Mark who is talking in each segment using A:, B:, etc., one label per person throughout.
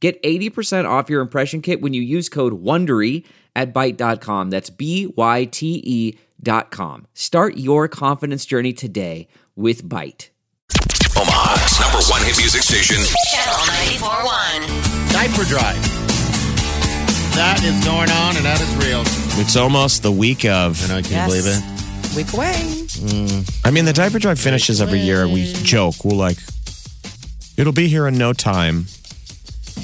A: Get 80% off your impression kit when you use code WONDERY at Byte.com. That's b y t e dot com. Start your confidence journey today with Byte.
B: Omaha's number one hit music station.
C: Channel 941.
D: Diaper drive. That is going on and that is real.
E: It's almost the week of.
D: I can't believe it.
F: Week away.
E: I mean, the diaper drive finishes every year. We joke. We're like, it'll be here in no time,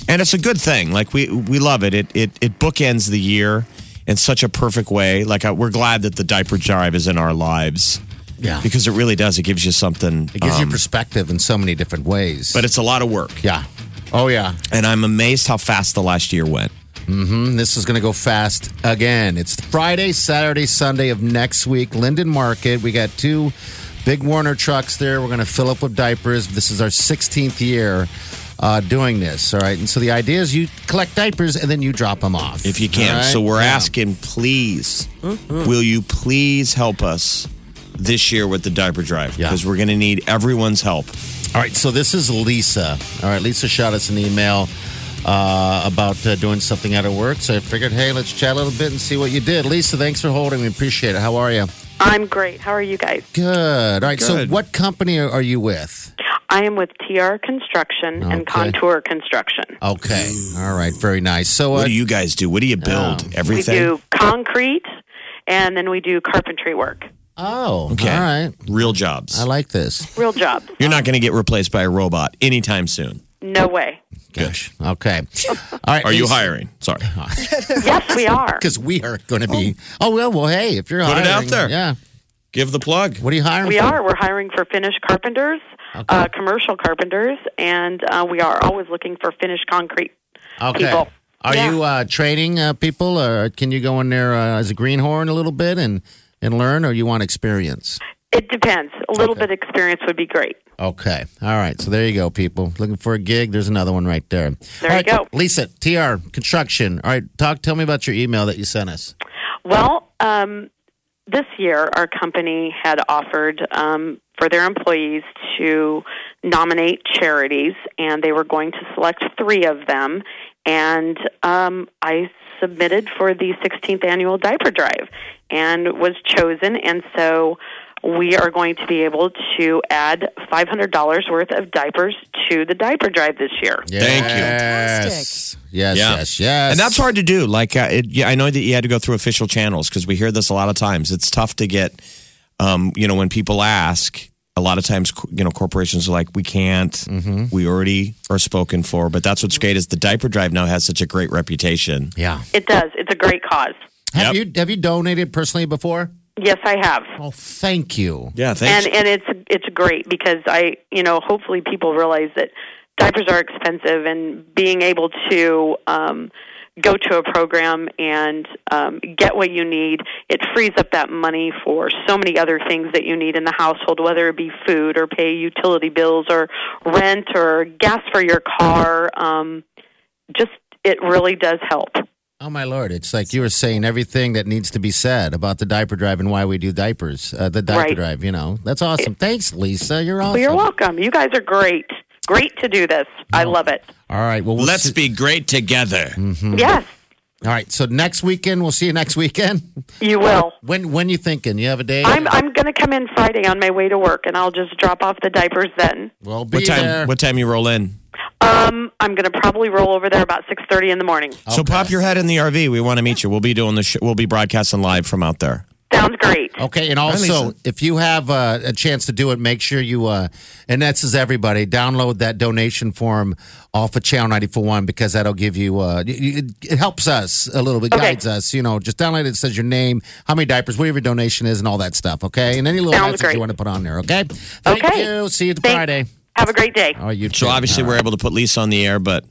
E: and it's a good thing. Like we we love it. It it it bookends the year in such a perfect way. Like I, we're glad that the diaper drive is in our lives
D: Yeah. Because
E: because it really does. It gives you something.
D: it gives
E: um,
D: you perspective in so many different ways.
E: but it's a lot of work.
D: yeah. Oh, yeah.
E: And I'm amazed how fast the last year went.
D: And this is going to go fast again. It's Friday, Saturday, Sunday of next week, Linden Market. We got two big Warner trucks there. We're going to fill up with diapers. This is our 16th year uh, doing this. All right. And so the idea is you collect diapers and then you drop them off.
E: If you can.
D: All right?
E: So we're
D: Yeah. Mm-hmm.
E: asking, please, will you please help us this year with the diaper drive?
D: Yeah.
E: Because we're going to need everyone's help.
D: All right, so this is Lisa. All right, Lisa shot us an email uh, about uh, doing something out of work. So I figured, hey, let's chat a little bit and see what you did. Lisa, thanks for holding. We appreciate it. How are you?
G: I'm great. How are you guys?
D: Good. All right, so
E: Good.
D: what company are are you with?
G: I am with TR Construction and
D: Okay.
G: Contour Construction.
D: Okay. All right, very nice. So,
E: What,
D: uh,
E: do you guys do? What do you build?
D: Um,
G: We
E: Everything?
G: do concrete and then we do carpentry work.
D: oh,
E: Okay.
D: all right.
E: Real jobs.
D: I like this.
G: Real job.
E: You're not going to get replaced by a robot anytime soon.
G: No way.
D: Gosh. Okay. All right.
E: Are you
D: hired?
E: hiring? Sorry.
G: Yes, we are.
D: Because we are going to be. Oh, well, well, hey, if you're
E: Put it
D: hiring,
E: out there.
D: Yeah.
E: Give the plug.
D: What are you hiring
G: We
D: for?
G: are. We're hiring for finished carpenters, uh, commercial carpenters, and uh, we are always looking for finished concrete.
D: Okay.
G: people.
D: Are
G: Yeah.
D: you uh, training uh, people, or can you go in there uh, as a greenhorn a little bit and and learn, or you want experience?
G: It depends. A little bit of experience would be great.
D: Okay. All right. So there you go, people. Looking for a gig? There's another one right there. All
G: There you
D: right,
G: go.
D: Lisa, TR Construction. All right. Talk. Tell me about your email that you sent us.
G: Well, um, this year our company had offered um, for their employees to nominate charities, and they were going to select three of them. And um, I submitted for the 16th annual diaper drive and was chosen. And so we are going to be able to add $500 worth of diapers to the diaper drive this year.
E: Thank you.
D: Yes. Yes. Yes. Yes.
E: And that's hard to do. Like, uh, it, yeah, I know that you had to go through official channels because we hear this a lot of times. It's tough to get, um, you know, when people ask, a lot of times, co- you know, corporations are like, we can't,
D: Mm-hmm.
E: we already are spoken for. But that's what's great is the diaper drive now has such a great reputation.
D: Yeah.
G: It does, it's a great cause.
D: Have
E: Yep.
D: you have you donated personally before?
G: Yes, I have.
D: Oh, thank you.
E: Yeah, thanks.
G: and and it's it's great because I you know hopefully people realize that diapers are expensive and being able to um, go to a program and um, get what you need it frees up that money for so many other things that you need in the household whether it be food or pay utility bills or rent or gas for your car um, just it really does help.
D: Oh my lord! It's like you were saying everything that needs to be said about the diaper drive and why we do diapers. Uh, the diaper
G: Right.
D: drive, you know, that's awesome. Thanks, Lisa. You're awesome.
G: Well, you're welcome. You guys are great. Great to do this. I love it.
D: All right. Well, we'll
E: Let's
D: see-
E: be great together.
D: Mm-hmm.
G: Yes,
D: All right. So next weekend, we'll see you next weekend.
G: you will.
D: When when you thinking? You have a day?
G: I'm I'm going to come in Friday on my way to work, and I'll just drop off the diapers then.
D: We'll be
E: What time?
D: there.
E: What time you roll in?
G: Um, I'm going to probably roll over there about six thirty in the morning.
E: So pop your head in the RV. We want to meet you. We'll be doing the sh- we'll be broadcasting live from out there.
G: Sounds great.
D: Okay, and also,
E: Lisa.
D: if you have uh, a chance to do it, make sure you, uh, and that's is everybody, download that donation form off of Channel 941 because that'll give you, uh, y- y- it, it helps us a little bit,
G: Okay.
D: guides us. You know, just download it, it says your name, how many diapers, whatever your donation is, and all that stuff, okay? And any little
G: Sounds
D: message
G: great.
D: you want to put on there, okay? Thank
G: Okay.
D: you. See you
G: Thank-
D: Friday.
G: Have a great day.
D: All right, you too.
E: So obviously we're able to put Lisa on the air, but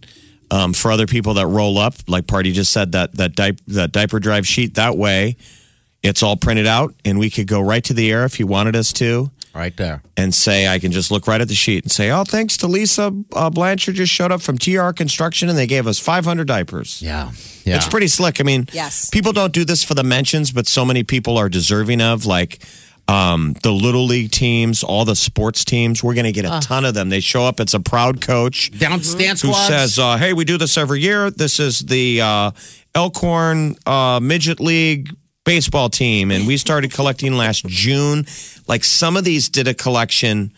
E: um, for other people that roll up. Like Party just said, that that, di- that diaper drive sheet. That way, it's all printed out, and we could go right to the air if you wanted us to,
D: Right there.
E: and say I can just look right at the sheet and say, "Oh, thanks to Lisa uh, Blanchard, just showed up from TR Construction, and they gave us 500 diapers."
D: Yeah. Yeah.
E: It's pretty slick. I mean,
F: Yes.
E: people don't do this for the mentions, but so many people are deserving of like um, the little league teams, all the sports teams. We're going to get a ton of them. They show up. It's a proud coach
D: Down
G: Mm-hmm.
D: stance
E: who
D: squads.
E: says, uh, "Hey, we do this every year. This is the uh, Elkhorn uh, Midget League." Baseball team, and we started collecting last June. Like some of these did a collection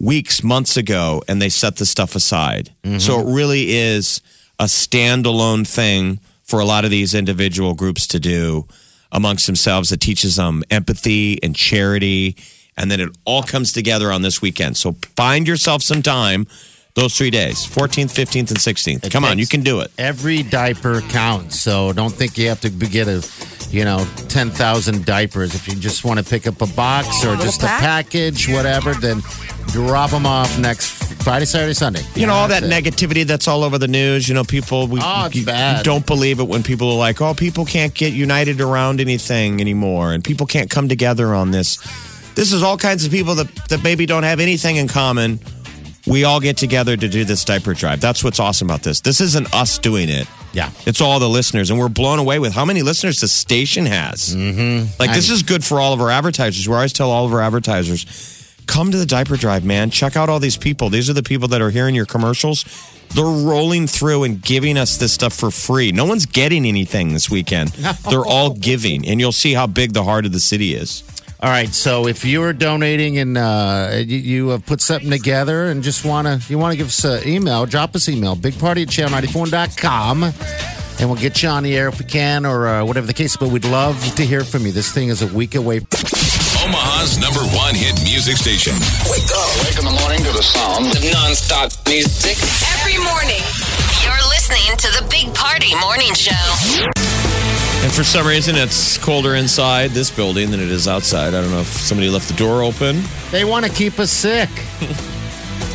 E: weeks, months ago, and they set the stuff aside.
D: Mm-hmm.
E: So it really is a standalone thing for a lot of these individual groups to do amongst themselves that teaches them empathy and charity. And then it all comes together on this weekend. So find yourself some time those three days 14th, 15th, and 16th.
D: It
E: Come on,
D: takes-
E: you can do it.
D: Every diaper counts, so don't think you have to be- get a, you know, ten thousand diapers. If you just want to pick up a box or just a
F: pack?
D: package, whatever, then drop them off next Friday, Saturday, Sunday.
E: You know, all that
D: That's it.
E: negativity that's all over the news, you know, people, we
D: Oh, it's
E: you- you
D: bad.
E: don't believe it when people are like, oh, people can't get united around anything anymore and people can't come together on this. This is all kinds of people that, that maybe don't have anything in common. We all get together to do this diaper drive. That's what's awesome about this. This isn't us doing it.
D: Yeah.
E: It's all the listeners, and we're blown away with how many listeners the station has. Mm-hmm. Like, this is good for all of our advertisers. We always tell all of our advertisers come to the diaper drive, man. Check out all these people. These are the people that are hearing your commercials. They're rolling through and giving us this stuff for free. No one's getting anything this weekend. They're all giving, and you'll see how big the heart of the city is.
D: All right, so if you are donating and uh, you, you have put something together and just wanna you wanna give us an email, drop us email, bigparty at channel94.com, and we'll get you on the air if we can or uh, whatever the case. But we'd love to hear from you. This thing is a week away.
B: Omaha's number one hit music station.
H: Wake up. Wake in the morning to the sound of non-stop music.
C: Every morning, you're listening to the Big Party Morning Show.
E: And for some reason, it's colder inside this building than it is outside. I don't know if somebody left the door open.
D: They want to keep us sick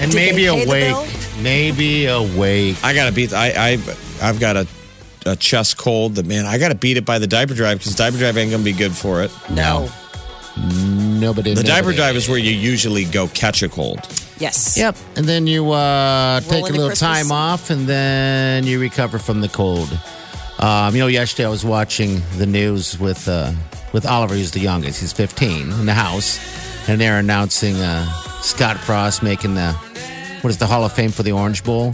D: and
F: Did
D: maybe
F: they pay the
D: awake,
F: bill?
D: maybe awake.
E: I gotta beat. I I I've got a a chest cold. That man, I gotta beat it by the diaper drive because diaper drive ain't gonna be good for it.
D: No, nobody.
E: The
D: nobody.
E: diaper drive is where you usually go catch a cold.
F: Yes.
D: Yep, and then you uh, take a
F: into
D: little
F: Christmas.
D: time off, and then you recover from the cold. Um, you know, yesterday I was watching the news with uh, with Oliver, who's the youngest. He's 15 in the house, and they're announcing uh, Scott Frost making the what is the Hall of Fame for the Orange Bowl,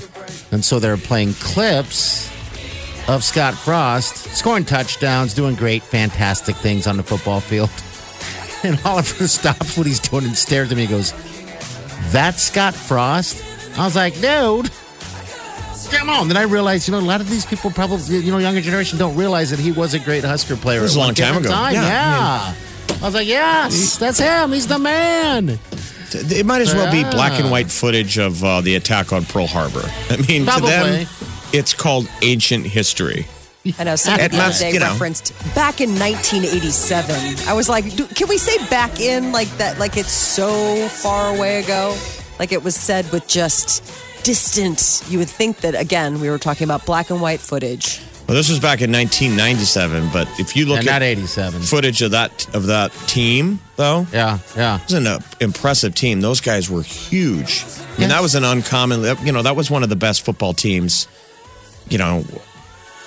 D: and so they're playing clips of Scott Frost scoring touchdowns, doing great, fantastic things on the football field. And Oliver stops what he's doing and stares at me. and goes, "That's Scott Frost." I was like, "Dude." Come on! Then I realized, you know, a lot of these people probably, you know, younger generation don't realize that he was a great Husker player. It
E: was a long time ago.
D: Time.
E: Yeah,
D: Yeah,
E: I
D: I, was like, yes, that's him. He's the man.
E: It might as well be
D: Ah.
E: black and white footage of uh, the attack on Pearl Harbor. I mean,
D: Probably.
E: to them, it's called ancient history.
F: I know somebody
E: At
F: the other
E: last,
F: day
E: you know.
F: referenced back in 1987. I was like, do, can we say back in like that? Like it's so far away ago. Like it was said with just distance. You would think that again we were talking about black and white footage.
E: Well, this was back in 1997, but if you look
D: And not
E: at
D: eighty-seven.
E: footage of that of that team, though,
D: Yeah, yeah.
E: It was an uh, impressive team. Those guys were huge. I mean, that was an uncommon, that- you know, that was one of the best football teams, you know,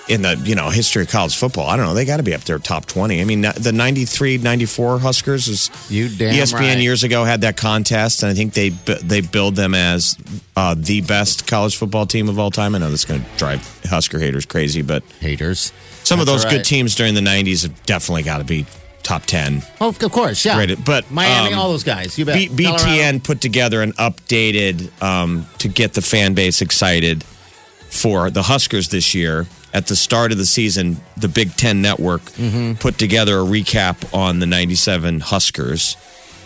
E: in the, you know, history of college football. I don't know. They got to be up there top 20. I mean, the 93, 94 Huskers is E
D: You damn
E: ESPN
D: right.
E: years ago had that contest. And I think they, bu- they billed them as uh, the best college football team of all time. I know that's going to drive Husker haters crazy, but
D: Haters.
E: some of
D: That's
E: those
D: all
E: good
D: right.
E: teams during the 90s have definitely got to be top 10.
D: Oh, of course, yeah.
E: Great, but,
D: Miami,
E: um,
D: all those guys. You bet.
E: B-
D: Colorado.
E: BTN put together an updated um, to get the fan base excited for the Huskers this year. At the start of the season, the Big Ten Network
D: Mm-hmm.
E: put together a recap on the '97 Huskers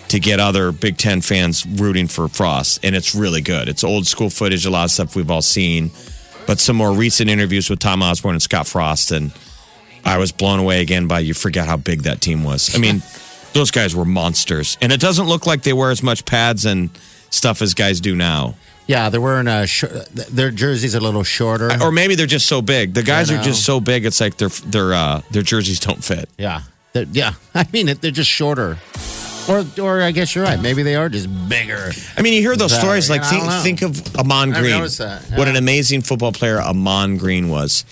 E: to get other Big Ten fans rooting for Frost, and it's really good. It's old school footage, a lot of stuff we've all seen, but some more recent interviews with Tom Osborne and Scott Frost, and I was blown away again by you forget how big that team was. I mean, those guys were monsters. And it doesn't look like they wear as much pads and stuff as guys do now.
D: Yeah, they're wearing a sh- their jerseys are a little shorter.
E: Or maybe they're just so big. The guys are just so big. It's like their their uh, their jerseys don't fit.
D: yeah, They're- yeah. I mean, it, they're just shorter. Or, or I guess you're right. Maybe they are just bigger.
E: I mean, you hear those
D: That-
E: stories like
D: I
E: think,
D: don't know.
E: think of Amon
D: I've
E: Green.
D: noticed that, yeah.
E: What an amazing football player Amon Green was.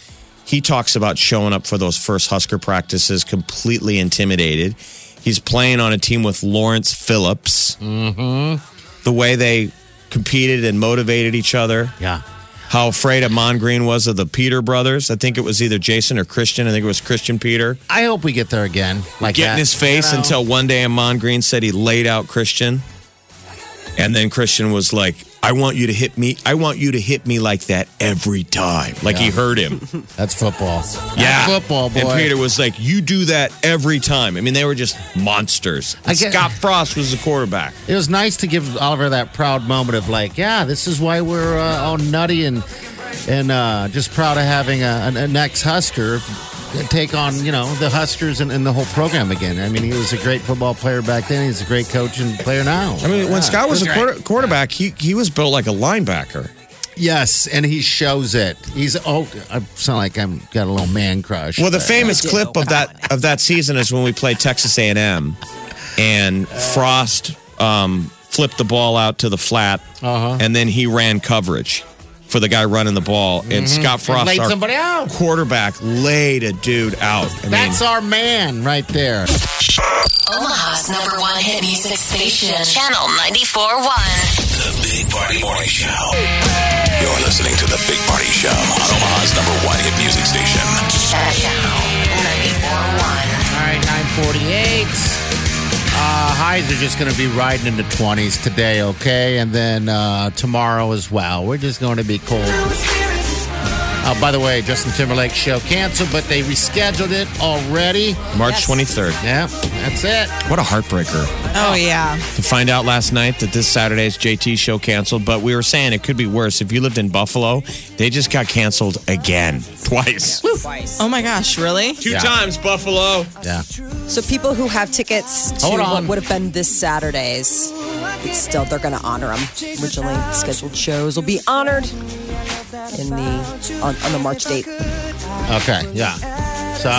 E: He talks about showing up for those first Husker practices completely intimidated. He's playing on a team with Lawrence Phillips. Mm-hmm. The way they competed and motivated each other.
D: Yeah,
E: How afraid Amon Green was of the Peter brothers. I think it was either Jason or Christian. I think it was Christian Peter.
D: I hope we get there again. Like
E: Get
D: that,
E: in his face
D: you know?
E: until one day Amon Green said he laid out Christian. And then Christian was like, I want you to hit me. I want you to hit me like that every time. Like he heard him.
D: that's football.
E: yeah.
D: That's football boy.
E: And Peter was like, You do that every time. I mean, they were just monsters.
D: I get-
E: Scott Frost was the quarterback.
D: It was nice to give Oliver that proud moment of like, yeah, this is why we're uh, all nutty and and uh, just proud of having a, an, an ex-Husker take on you know the Huskers and, and the whole program again. I mean, he was a great football player back then. He's a great coach and player now.
E: I mean,
D: Yeah.
E: when Scott was a
D: That's
E: quarter,
D: right.
E: quarterback, he, he was built like a linebacker.
D: yes, and he shows it. He's oh, I sound like I'm got a little man crush.
E: Well, the
D: but- uh,
E: famous clip of that of that season is when we played Texas A and M, and Frost um, flipped the ball out to the flat,
D: Uh-huh.
E: and then he ran coverage for the guy running the ball, and Scott Frost,
D: Mm-hmm. laid
E: our
D: somebody out.
E: quarterback, laid a dude out. I mean,
D: That's our man right there.
C: Omaha's number one hit music station. Channel 94.1.
B: The Big Party Morning Show. You're listening to The Big Party Show on Omaha's number one hit music station.
C: Channel 94.1.
D: All right, 948. Uh, highs are just going to be riding in the 20s today, okay? And then uh, tomorrow as well. We're just going to be cold. Uh, by the way, Justin Timberlake's show canceled, but they rescheduled it already.
E: March twenty third.
D: Yeah, that's it.
E: What a heartbreaker
I: Oh, yeah.
E: to find out last night that this Saturday's JT show canceled. But we were saying it could be worse. If you lived in Buffalo, they just got canceled again, twice,
I: Oh, my gosh. Really?
E: two
D: Yeah.
E: times. Buffalo.
D: Yeah.
F: So people who have tickets to
D: Hold
F: what
D: on.
F: would have been this Saturday's, it's still they're going to honor them. Originally scheduled shows will be honored in the on, on the March date.
D: Okay, yeah. So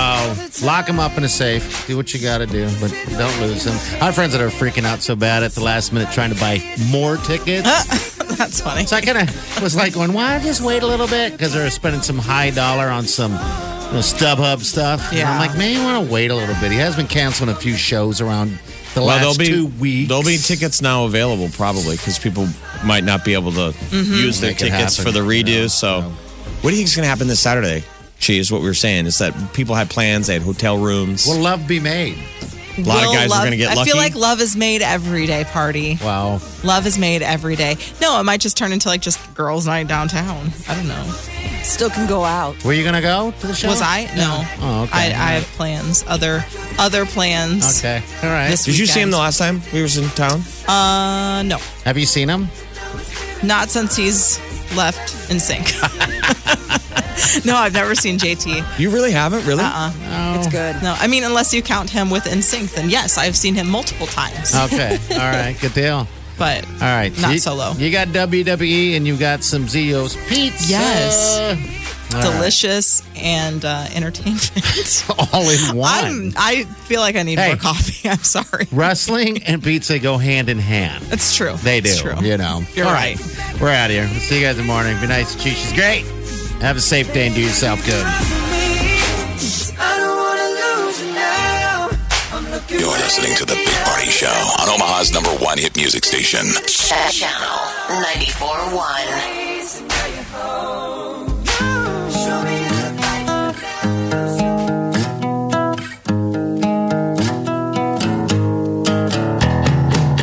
D: lock them up in a safe. Do what you got to do, but don't lose them. I have friends that are freaking out so bad at the last minute trying to buy more tickets.
I: That's funny.
D: So I kind of was like, going, why just wait a little bit? Because they're spending some high dollar on some you know, StubHub stuff. And I'm
I: Yeah.
D: like, man, you want to wait a little bit. He has been canceling a few shows around the last two weeks.
E: There'll be tickets now available probably because people might not be able to use their
D: Make it
E: tickets
D: happen,
E: for the redo.
D: you know,
E: so, what do you think is going to happen this Saturday? She is what we were saying is that people had plans, they had hotel rooms.
D: Will love be made?
E: a lot of
I: Will
E: guys
I: love,
E: are going to get
I: I
E: lucky.
I: feel like love is made every day party.
D: Wow.
I: Love is made every day. No, it might just turn into like just girls' night downtown. I don't know.
F: Still can go out.
D: Were you going to go to the show?
I: Was I? No.
D: Oh, okay.
I: I, I have plans. Other other plans.
D: Okay. All right.
I: This
E: Did you see him
I: weekend.
E: the last time we was in town?
I: Uh, no,
D: Have you seen him?
I: not since he's left in sync. no, I've never seen JT.
E: You really haven't, really?
D: Uh-uh.
F: It's good.
I: No, I mean unless you count him with NSYNC, then yes, I've seen him multiple times.
E: Oh.
D: Okay. All right. Good deal.
I: but
D: All right.
I: not
D: you,
I: solo.
D: You got WWE and you got some Zio's pizza.
I: Yes.
D: All right.
I: delicious and uh, entertainment.
D: All in one.
I: I'm, I feel like I need
D: Hey.
I: more coffee. I'm sorry.
D: Wrestling and pizza go hand in hand.
I: It's true.
D: They do.
I: It's true.
D: You know.
I: You're
D: All
I: right.
D: We're out of here. We'll see you guys in the morning. Be nice to Chi. She's great. Have a safe day and do yourself good.
B: You're listening to The Big Party Show on Omaha's number one hit music station.
C: Channel 94.1.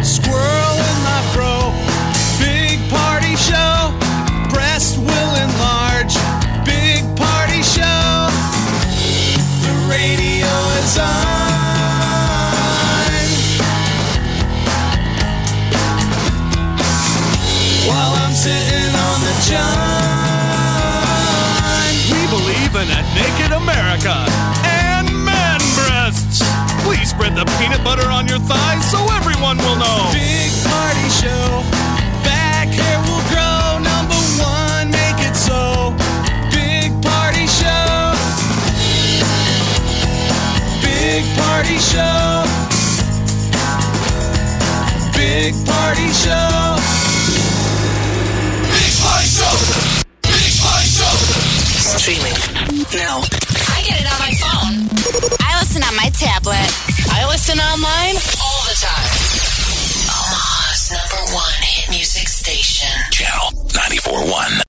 J: Squirrel in my fro. Big party show. Breast will enlarge. Big party show. The radio is on. While I'm sitting on the john. We believe in a naked America and man breasts. Please spread the peanut butter on your thighs so everyone will know. Big party show. Back hair will grow. Big Party Show.
B: Big Party Show.
C: Streaming now.